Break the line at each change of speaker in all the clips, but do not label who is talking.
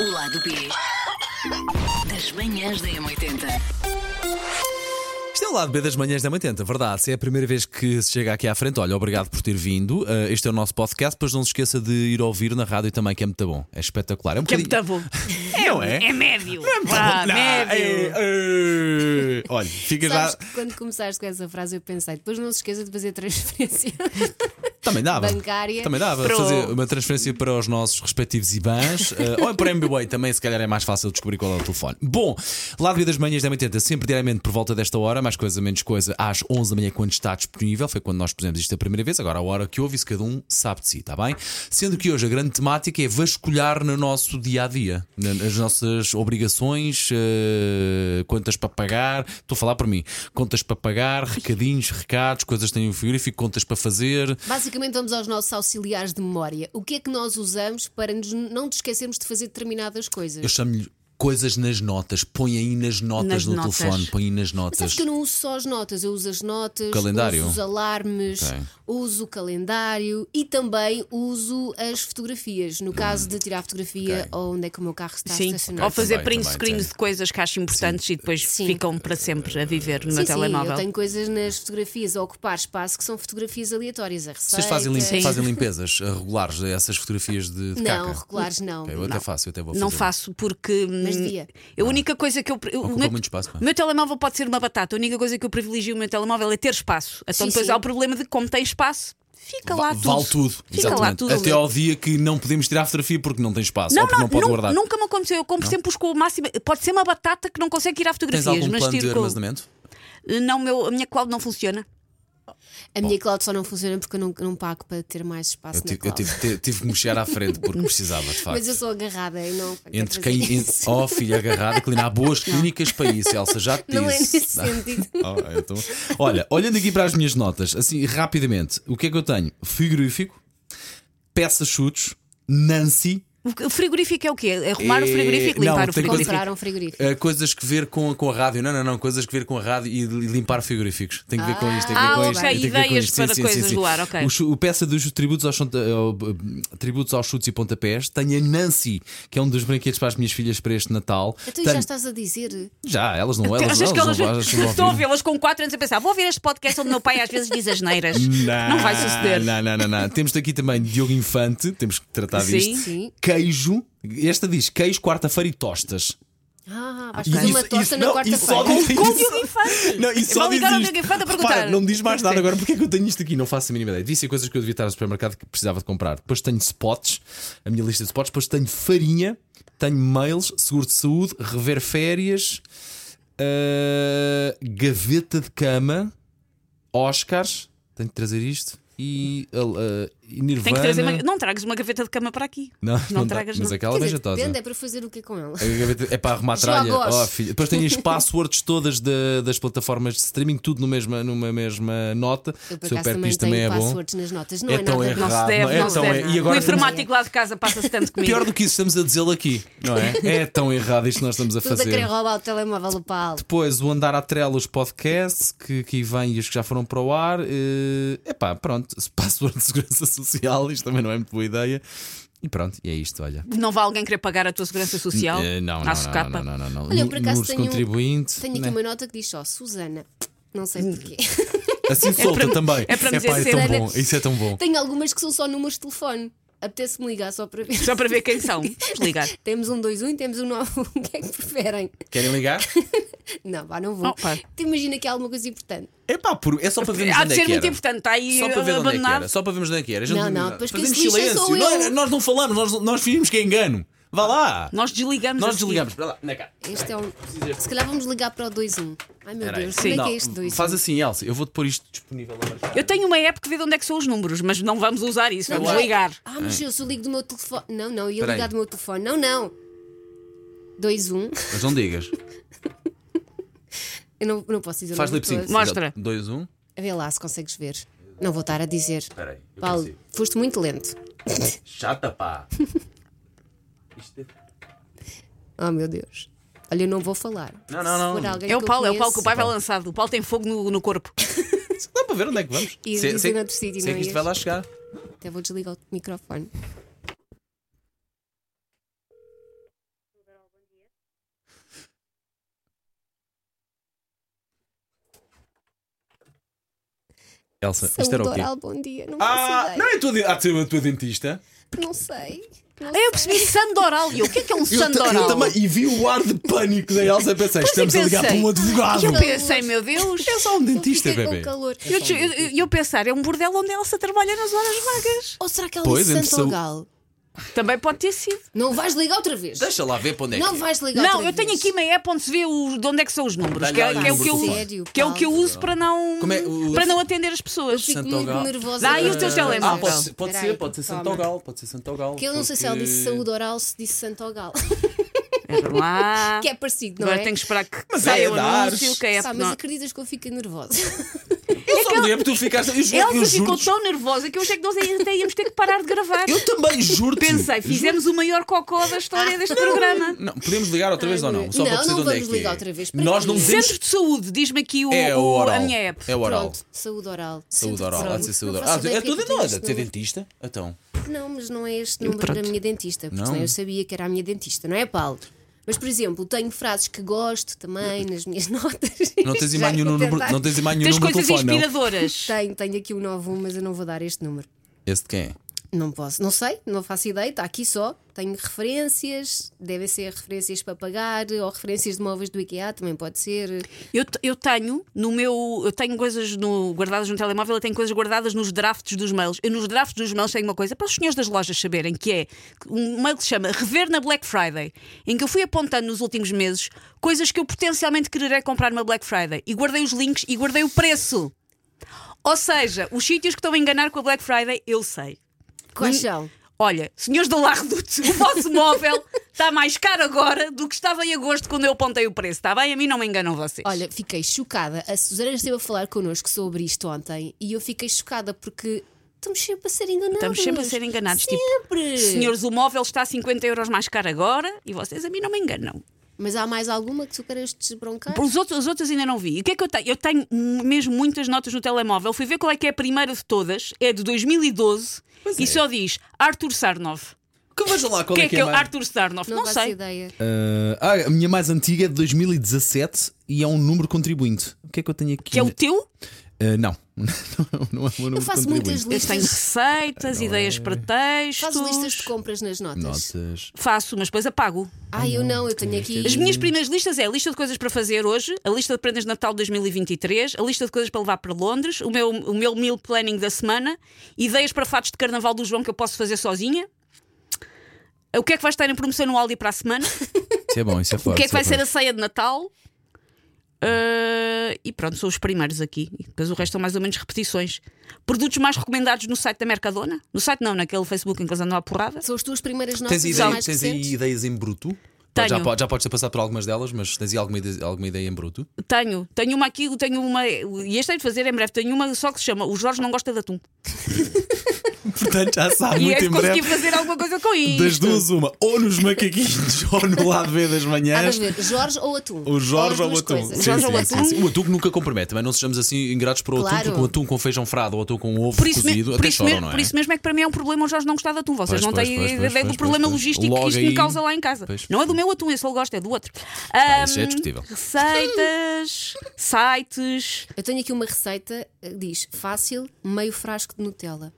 O lado B das manhãs da M80.
Isto é o lado B das manhãs da 80, verdade. Se é a primeira vez que se chega aqui à frente, olha, obrigado por ter vindo. Uh, este é o nosso podcast. Depois não se esqueça de ir ouvir na rádio também, que é muito bom. É espetacular. É um
Que é
bocadinho-
muito bom.
Não é?
É médio.
Tá
Vá,
bom. Não,
médio.
é, é. Olha, fica já.
Sabes que quando começaste com essa frase eu pensei, depois não se esqueça de fazer transferência.
Também dava.
bancária.
Também dava.
Pro-
Fazer uma transferência para os nossos respectivos IBANs. eh, ou para MBWay também, se calhar é mais fácil descobrir qual é o telefone. Bom, lado B das manhãs da 80, sempre diariamente por volta desta hora, mais coisa, menos coisa, às 11 da manhã, quando está disponível. Foi quando nós pusemos isto a primeira vez. Agora, a hora que ouve, isso cada um sabe de si, está bem? Sendo que hoje a grande temática é vasculhar no nosso dia a dia, nas nossas obrigações, eh, contas para pagar. Estou a falar por mim. Contas para pagar, recadinhos, recados, coisas que têm um frigorífico, contas para fazer.
Basicamente vamos aos nossos auxiliares de memória. O que é que nós usamos para nos- não nos esquecermos de fazer determinadas coisas?
Eu chamo-lhe coisas nas notas. Põe aí nas notas
Nas
do
notas.
telefone. Põe aí nas
Mas
notas.
sabes que eu não uso só as notas, eu uso as notas,
Calendário?
uso os alarmes,
Ok.
uso o calendário e também uso as fotografias. No caso de tirar a fotografia
Ok.
ou onde é que o meu carro está
Sim.
estacionado.
Ou fazer
Também,
print
também,
screens
sim.
de coisas que acho importantes e depois
Sim.
ficam para sempre a viver no
Sim,
meu
sim,
telemóvel.
eu tenho coisas nas fotografias a ocupar espaço que são fotografias aleatórias. A
Vocês fazem, lim-
receita.
fazem limpezas eh, regulares a essas fotografias de, de
Não,
caca?
regulares não.
Ok, eu até faço, eu até vou fazer.
Não faço porque. hum,
Mas devia.
A única coisa que eu. eu-
Ocupa
o meu,
muito espaço, é? pá.
o meu telemóvel pode ser uma batata. A única coisa que eu privilegio o meu telemóvel é ter espaço. Então
Sim,
depois
sim.
há o problema de como tem espaço, fica lá
Va-
tudo.
Vale tudo.
Fica
Exatamente.
lá tudo.
Até ao dia que não podemos tirar a fotografia porque não tem espaço
Não,
ou porque
não,
não, pode
nun-
guardar.
nunca me aconteceu. Eu compro sempre os com o máximo. Pode ser uma batata que não consegue tirar
Tens
fotografias,
algum
mas
plano de
tiro com.
armazenamento?
Não, meu, a minha cloud não funciona.
A minha cloud só não funciona porque eu não, não pago para ter mais espaço
Eu
na
tive, eu
cloud.
tive, te- tive que mexer à frente porque precisava, de facto.
Mas eu é sou agarrada e não. quero
Entre
fazer
quem.
isso.
en- Oh, filha agarrada, Clina, há boas clínicas para isso, Elsa, já te
Não é
disse.
nesse sentido.
Ah, então- Olha, olhando aqui para as minhas notas, assim rapidamente, o que é que eu tenho? Frigorífico, peças chutes, Nancy,
O que- o frigorífico é o quê? É arrumar o
Eh,
frigorífico,
não,
limpar o
tem coisa-
frigorífico.
Comprar um frigorífico.
eh, coisas que ver com, com a rádio. Não, não, não, coisas que ver com a rádio e li- limpar frigoríficos. Tem que ver com isto, tem que ver
Ah,
com
ok,
isto. tem que ver com
ideias
isto.
para coisas do ar, ok.
O, chu- o peça dos tributos aos, chonta- ao- eh, tributos aos chutes e pontapés. Tenho a Nancy, que é um dos brinquedos para as minhas filhas para este Natal.
Então e
Tenho-
já estás a dizer.
Já, elas não, elas,
Achas
elas,
que elas
não, elas não
estou a
ouvem.
vê-las com 4 anos a pensar, vou ouvir este podcast onde meu pai às vezes diz asneiras.
Não,
não vai suceder.
Não, não, não, não. Temos aqui também Diogo Infante, temos que tratar
Sim.
disto.
Sim.
Queijo, esta diz queijo, quarta-feira e tostas.
Ah, vais
E
fazer
isso-
uma tosta
isso-
na
não, e só
quarta-feira.
diz
Com o
isso.
Diogo Infante.
Não, e
Eu
só
vou
diz
ligar ao
isto.
Diogo Infante a
Repara,
perguntar.
não me diz mais nada
Sim.
agora porque é que eu tenho isto aqui, não faço a mínima ideia. Devia ser coisas que eu devia estar no supermercado que precisava de comprar. Depois tenho spots, a minha lista de spots, depois tenho farinha, tenho mails, seguro de saúde, rever férias, ah, gaveta de cama, Oscars, tenho que trazer isto. E, ah, ah, e Nirvana.
Tem que trazer uma- Não tragas uma gaveta de cama para aqui.
Não, não, dá,
tragas,
Mas
não.
aquela
Quer dizer,
beija tosa.
depende, é para fazer o que com ela.
A gaveta- É para arrumar a tralha.
Jogos.
Oh, filha. Depois tem as passwords todas da- das plataformas de streaming, tudo no mesma, numa mesma nota.
Eu por
Se eu
acaso
perco
também
isto também
tenho
é bom.
passwords nas notas. Não
É
é,
tão
nada de
errado.
Não
novo.
se deve,
não é
não se
tão-
deve.
e agora
o
temos-
informático lá de casa passa-se tanto comigo.
Pior do que isso, estamos a dizê-lo aqui, não é? É tão errado isto que nós estamos a
Tudo a
fazer.
querer roubar o telemóvel do Paulo.
Depois o andar à trela, os podcasts que, que vêm e os que já foram para o ar. eh, Epá, pronto. Password de segurança social, isto também não é muito boa ideia. E pronto, e é isto, olha.
Não vai alguém querer pagar a tua segurança social?
Eh, não,
à
não, não, não,
socapa?
não, não, não.
Olha, eu por acaso
Números de
tenho- um-
contribuinte.
Tenho aqui
né?
uma nota que diz só Susana. Não sei porquê.
Assim solta
para-
também.
é para me
Epá,
dizer
tão
sempre.
bom. Isso é tão bom.
Tenho algumas que são só números de telefone. Apetece-me ligar só para ver.
Só para ver quem são. Vamos ligar.
Temos um 2-1 e temos um 9-1. O que é que preferem?
Querem ligar?
Não, vá, não vou.
Oh, pá.
Tu imagina que há alguma coisa importante.
É pá, por... é só para vermos
Há
onde
de
é
ser
que
muito
era.
importante. Está aí
Só para ver onde é que
abandonado.
era. Só para vermos onde é que era. A gente
Não, não, depois quem
Fazemos
se lixa
silêncio.
sou eu.
Nós, nós não falamos, nós, nós fingimos que é engano. Vá lá.
Nós desligamos. assim. a
Nós
assim,
seguir.
desligamos. Para lá, na cá.
Este é um. Se calhar vamos ligar para o 2-1. Ai meu
Espera aí.
Deus, onde é que
Não,
é este 2-1?
Faz assim, Elsa. Eu vou-te pôr isto disponível lá mais tarde.
Eu tenho uma app que vê de onde é que são os números, mas não vamos usar isso. Vamos
mas-
ligar.
Ah, mas eu se eu ligo do meu telefone. Não, não, eu ia
Espera
ligar
aí.
do meu telefone. Não, não. 2-1.
Mas não digas.
Eu não, não posso dizer o
Faz
nome
lip
de
sync. um.
todos.
Mostra.
2, 1.
A ver lá se consegues ver. Não vou estar a dizer.
Espera aí. eu
Paulo,
consigo.
foste muito lento.
Chata, pá. Isto é-
Oh meu Deus. Olha, eu não vou falar.
Não, não,
Se
não.
for alguém
É o
que eu
Paulo, é o Paulo
conheço-
que o pai vai lançado. O Paulo tem fogo no, no corpo.
Dá para ver onde é que vamos.
E
Se-
diz
se-
em outro sítio,
se é que
não é
isto
este?
vai lá chegar.
Até vou desligar o microfone.
Elsa, isto
Saúde
era o quê?
oral, bom dia. Não
Ah,
faço
não
ideia.
é a tua, di- ah, tu- a tua dentista?
Não sei. Não
É, Eu percebi sandoral. E eu, o que é que é um
Eu, ta- eu
sandoral?
também. E vi o ar de pânico da Elsa. Pensei,
Pois eu
estamos a ligar para
pensei.
um advogado.
E eu pensei, meu Deus.
É só um dentista,
Fiquei com
bebê.
calor.
E eu, eu, eu- eu pensar, é um bordel onde ela se trabalha nas horas vagas.
Ou será que ela
Pois,
disse
entre
Santo
saúde-
Gal?
Também pode ter sido.
Não vais ligar outra vez.
Deixa lá ver para onde é
Não
que
vais ligar
Não,
outra
eu tenho
vez.
aqui uma app onde se vê o- de onde é que são os números.
Dá-lhe
Que é,
lá o
que é o que eu,
número do
Sério,
que é o que eu
Paulo?
uso para não,
Como é o-
para não atender as pessoas.
Fico
Santo
muito
Gal.
nervosa.
Dá aí o
agora.
teu telemóvel.
Ah, pode, pode
Espera
ser,
aí,
pode ser
toma.
Santogal, pode ser Santogal.
Que eu não sei se ela disse saúde oral se disse Santo Gal.
Espera lá.
que é parecido, não
Agora
é?
tenho que esperar que
Mas é
saia o
dar.
anúncio, que é a app
Sabe,
não-
é
mas acreditas que eu fico nervosa?
Eu só me lembro, tu ficaste. Eu, ju- eu
Elsa
juro.
ficou tão nervosa que eu achei que nós até íamos ter que parar de gravar.
Eu também juro.
Pensei, fizemos o maior cocó da história deste programa.
Não, podemos ligar outra vez ou não? Só
Não,
para perceber
não
onde é
vamos
que é.
ligar outra vez. Para
Nós
quê?
não
Centro
dizemos.
de saúde, diz-me aqui o,
É o
o-
oral.
a minha app.
É o oral.
Pronto, saúde oral.
Saúde
Centro de
oral. Pode ser saúde
Não
oral. Ah,
faço ideia
é
que
tua
é que tem
dentista,
este
teu
número.
dentista? Então.
Não, mas não é este número
Pronto.
da minha dentista, porque
Não.
senão eu sabia que era a minha dentista, não é, Paulo? Mas, por exemplo, tenho frases que gosto também nas minhas notas.
Não tens
Já
imagem nenhum
vou
número.
tentar.
Não tens imagem nenhum
Tens
número de
coisas
telefone, não.
inspiradoras.
Tenho, tenho aqui o 91, mas eu não vou dar este número.
Esse de quem é?
Não posso, não sei, não faço ideia, está aqui só. Tenho referências, devem ser referências para pagar, ou referências de móveis do IKEA, também pode ser.
Eu, te- eu tenho no meu. Eu tenho coisas no- guardadas no telemóvel, eu tenho coisas guardadas nos drafts dos mails. Eu nos drafts dos mails tenho uma coisa para os senhores das lojas saberem, que é um mail que se chama Rever na Black Friday, em que eu fui apontando nos últimos meses coisas que eu potencialmente quererei comprar na Black Friday. E guardei os links e guardei o preço. Ou seja, os sítios que estão a enganar com a Black Friday, eu sei.
Quais
Hum.
são?
Olha, senhores do Lar Reduto, o vosso móvel está mais caro agora do que estava em agosto quando eu apontei o preço, está bem? A mim não me enganam vocês.
Olha, fiquei chocada. A Suzana esteve a falar connosco sobre isto ontem e eu fiquei chocada porque estamos sempre a ser enganados.
Estamos sempre a ser enganados.
Sempre!
Tipo, senhores, o móvel está a 50 euros mais caro agora e vocês a mim não me enganam.
Mas há mais alguma que tu queiras desbroncar?
Os outros, os outros ainda não vi. E o que é que eu tenho? Eu tenho mesmo muitas notas no telemóvel. Fui ver qual é que é a primeira de todas. É de 2012 e
é.
só diz Arthur Sarnoff.
Que veja lá qual
O que
é
é que é
é
o
mais-
Arthur Sarnoff? Não,
faço
sei.
ideia.
Ah, ah, a minha mais antiga é de 2017 e é um número contribuinte. O que é que eu tenho aqui?
Que é o teu?
Ah, não. não é um número
Eu faço
contribuinte.
muitas
Eu tenho
listas.
receitas, ideias para textos.
Fazes listas de compras nas notas.
Notas.
Faço, mas depois apago.
Ah, eu não, eu tenho aqui.
As minhas primeiras listas é a lista de coisas para fazer hoje, a lista de prendas de Natal de 2023, a lista de coisas para levar para Londres, o meu, o meu meal planning da semana, ideias para fatos de carnaval do João que eu posso fazer sozinha. O que é que vai estar em promoção no Aldi para a semana?
Isso é bom, isso é forte.
O que é que vai
isso
ser a ceia de Natal? Ah, e pronto, são os primeiros aqui. E Depois o resto são mais ou menos repetições. Produtos mais recomendados no site da Mercadona? No site não, naquele Facebook em que eles andam à porrada.
São as tuas primeiras notas
Tens,
as
ideia,
mais
tens aí
recentes?
ideias em bruto?
Tenho.
Já, po- já podes ter passado por algumas delas, mas tens aí alguma ideia, alguma ideia em bruto?
Tenho, tenho uma aqui, tenho uma. E este tenho de fazer em breve. Tenho uma só que se chama O Jorge não gosta de atum.
Portanto, já sabe,
E é
muito
que
em
consegui
breve.
fazer alguma coisa com isto.
Das duas, uma, ou nos macaquinhos ou no lado B das
Ah,
manhãs.
vamos ver, Jorge ou Atum?
O Jorge
as
ou o
duas
atum.
coisas.
Sim,
Jorge
sim,
ou
sim,
atum?
sim. O atum que nunca compromete, mas não sejamos assim ingratos para o atum,
Claro.
porque o atum com feijão frado ou atum com ovo
Por isso, me-
cozido,
por,
até
isso
choram,
mesmo,
não é?
por isso mesmo é que para mim é um problema o Jorge não gostar de atum. Vocês
Pois,
não
pois,
têm
pois,
ideia
pois,
do
pois,
problema
pois, pois.
logístico
Logo
que isto
aí-
me causa lá em casa.
Pois.
Não é do meu atum, esse ele gosta, é do outro.
isso é
Ahm,
discutível.
Receitas, sites.
Eu tenho aqui uma receita, eh, diz fácil, meio frasco de Nutella.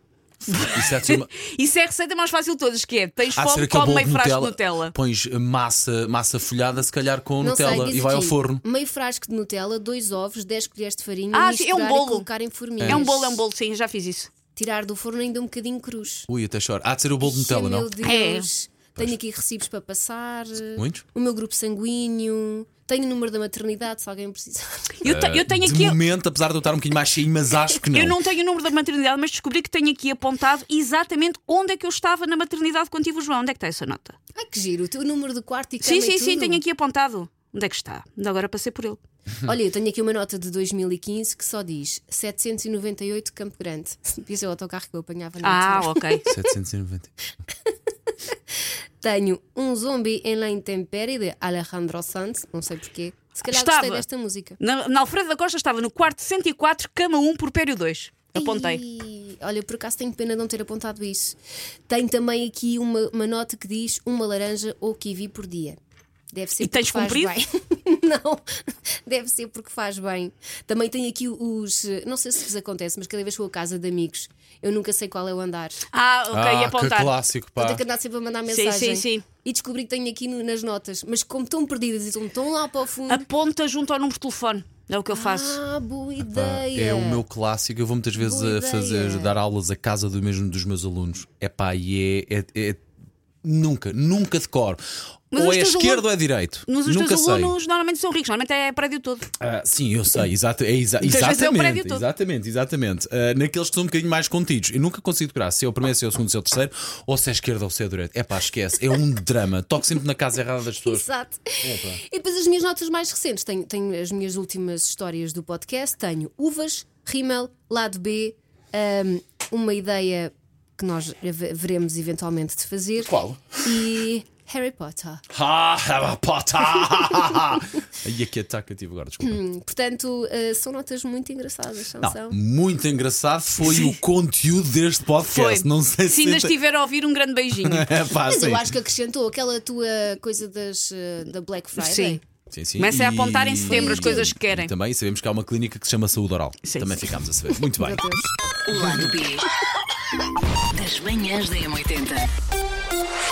Isso é assim uma-
Isso é a receita mais fácil de todas, que é tens
Há de ser
fome,
aquele
come
bolo
meio
de
frasco de
Nutella.
Nutella.
Pões massa, massa folhada, se calhar com
Não
Um Nutella
sei, diz
e
é
vai
aqui,
ao forno.
Meio frasco de Nutella, dois ovos, 10 colheres de farinha,
Ah, sim, é
misturar
um bolo.
e colocar em forminhas.
É um bolo, é um bolo, sim, já fiz isso.
Tirar do forno ainda um bocadinho cruz.
Ui, até choro. Há de ser o Um bolo de Nutella,
Ai,
não?
meu
É.
Deus. Tenho aqui recibos para passar.
Muitos?
O meu grupo sanguíneo. Tenho o número da maternidade, se alguém precisar.
Eu, te- eu tenho
de
aqui.
momento, apesar de eu estar um bocadinho mais cheio, mas acho que não.
Eu não tenho o número da maternidade, mas descobri que tenho aqui apontado exatamente onde é que eu estava na maternidade quando tive o João. Onde é que está essa nota?
Ai, que giro. O teu número de quarto e cama
Sim,
e
sim, sim,
tudo.
tenho aqui apontado. Onde é que está? Ainda agora passei por ele.
Olha, eu tenho aqui uma nota de 2015 que só diz 798 Campo Grande. Devia ser o autocarro que eu apanhava na
Ah,
altura.
ok.
790.
Tenho um zombie em La Intempérie de Alejandro Sanz. Não sei porquê. Se calhar
Estava.
gostei desta música.
Na, na Alfredo da Costa estava no quarto 104, cama 1, porpério 2. Apontei.
Ih, olha, por acaso tenho pena de não ter apontado isso. Tenho também aqui uma, uma nota que diz uma laranja ou kiwi por dia. Deve ser
E tens
porque faz
cumprido?
bem. não, deve ser porque faz bem. Também tem aqui os. Não sei se vos acontece, mas cada vez que vou a casa de amigos, eu nunca sei qual é o andar.
Ah, ok,
ah,
e
que
apontar.
clássico,
Eu
pá.
tenho que andar sempre a mandar
Sim,
mensagem.
sim, sim.
E descobri que tenho aqui no- nas notas, mas como estão perdidas e estão tão lá para o fundo.
Aponta junto ao número de telefone. É o que eu faço.
Ah, boa
Pá,
ideia!
É o meu clássico. Eu vou muitas vezes
Boa
a fazer,
ideia.
dar aulas a casa do mesmo dos meus alunos. É pá, e é. é- é- nunca, nunca decoro.
Mas
ou
os
é
teus
esquerdo
alunos-
ou é direito.
Mas os
nunca
teus
sei.
alunos normalmente são ricos, normalmente é prédio todo.
Ah, sim, eu sei, exata, é exa-
Muitas vezes é o prédio
exatamente.
todo.
Exatamente, exatamente. Ah, naqueles que são um bocadinho mais contidos. Eu nunca consigo decorar se é o primeiro, se é o segundo, se é o terceiro, ou se é a esquerda ou se é a direita. É pá, esquece. É um drama. Toco sempre na casa errada das pessoas.
Exato. E depois as minhas notas mais recentes. Tenho, tenho as minhas últimas histórias do podcast. Tenho uvas, rímel, lado B, hum, uma ideia que nós ve- veremos eventualmente de fazer.
Qual?
E Harry Potter.
Ha, ha, pota! Aí é que ataque eu tive agora, desculpa.
Hum, Portanto, uh, são notas muito engraçadas. Não, são?
Não, muito engraçado foi o conteúdo deste
Foi.
podcast. Não sei se.
ainda
tem-
estiver a ouvir, um grande beijinho.
É pá,
Mas
sim.
eu acho que acrescentou aquela tua coisa das, uh, da Black Friday.
Sim.
Sim, sim.
Comecem a
E-
apontar em setembro as coisas que querem.
E também sabemos que há uma clínica que se chama Saúde Oral.
Sim.
Também ficámos a saber. Muito bem.
Meu Deus.
O lado B das manhãs da M80.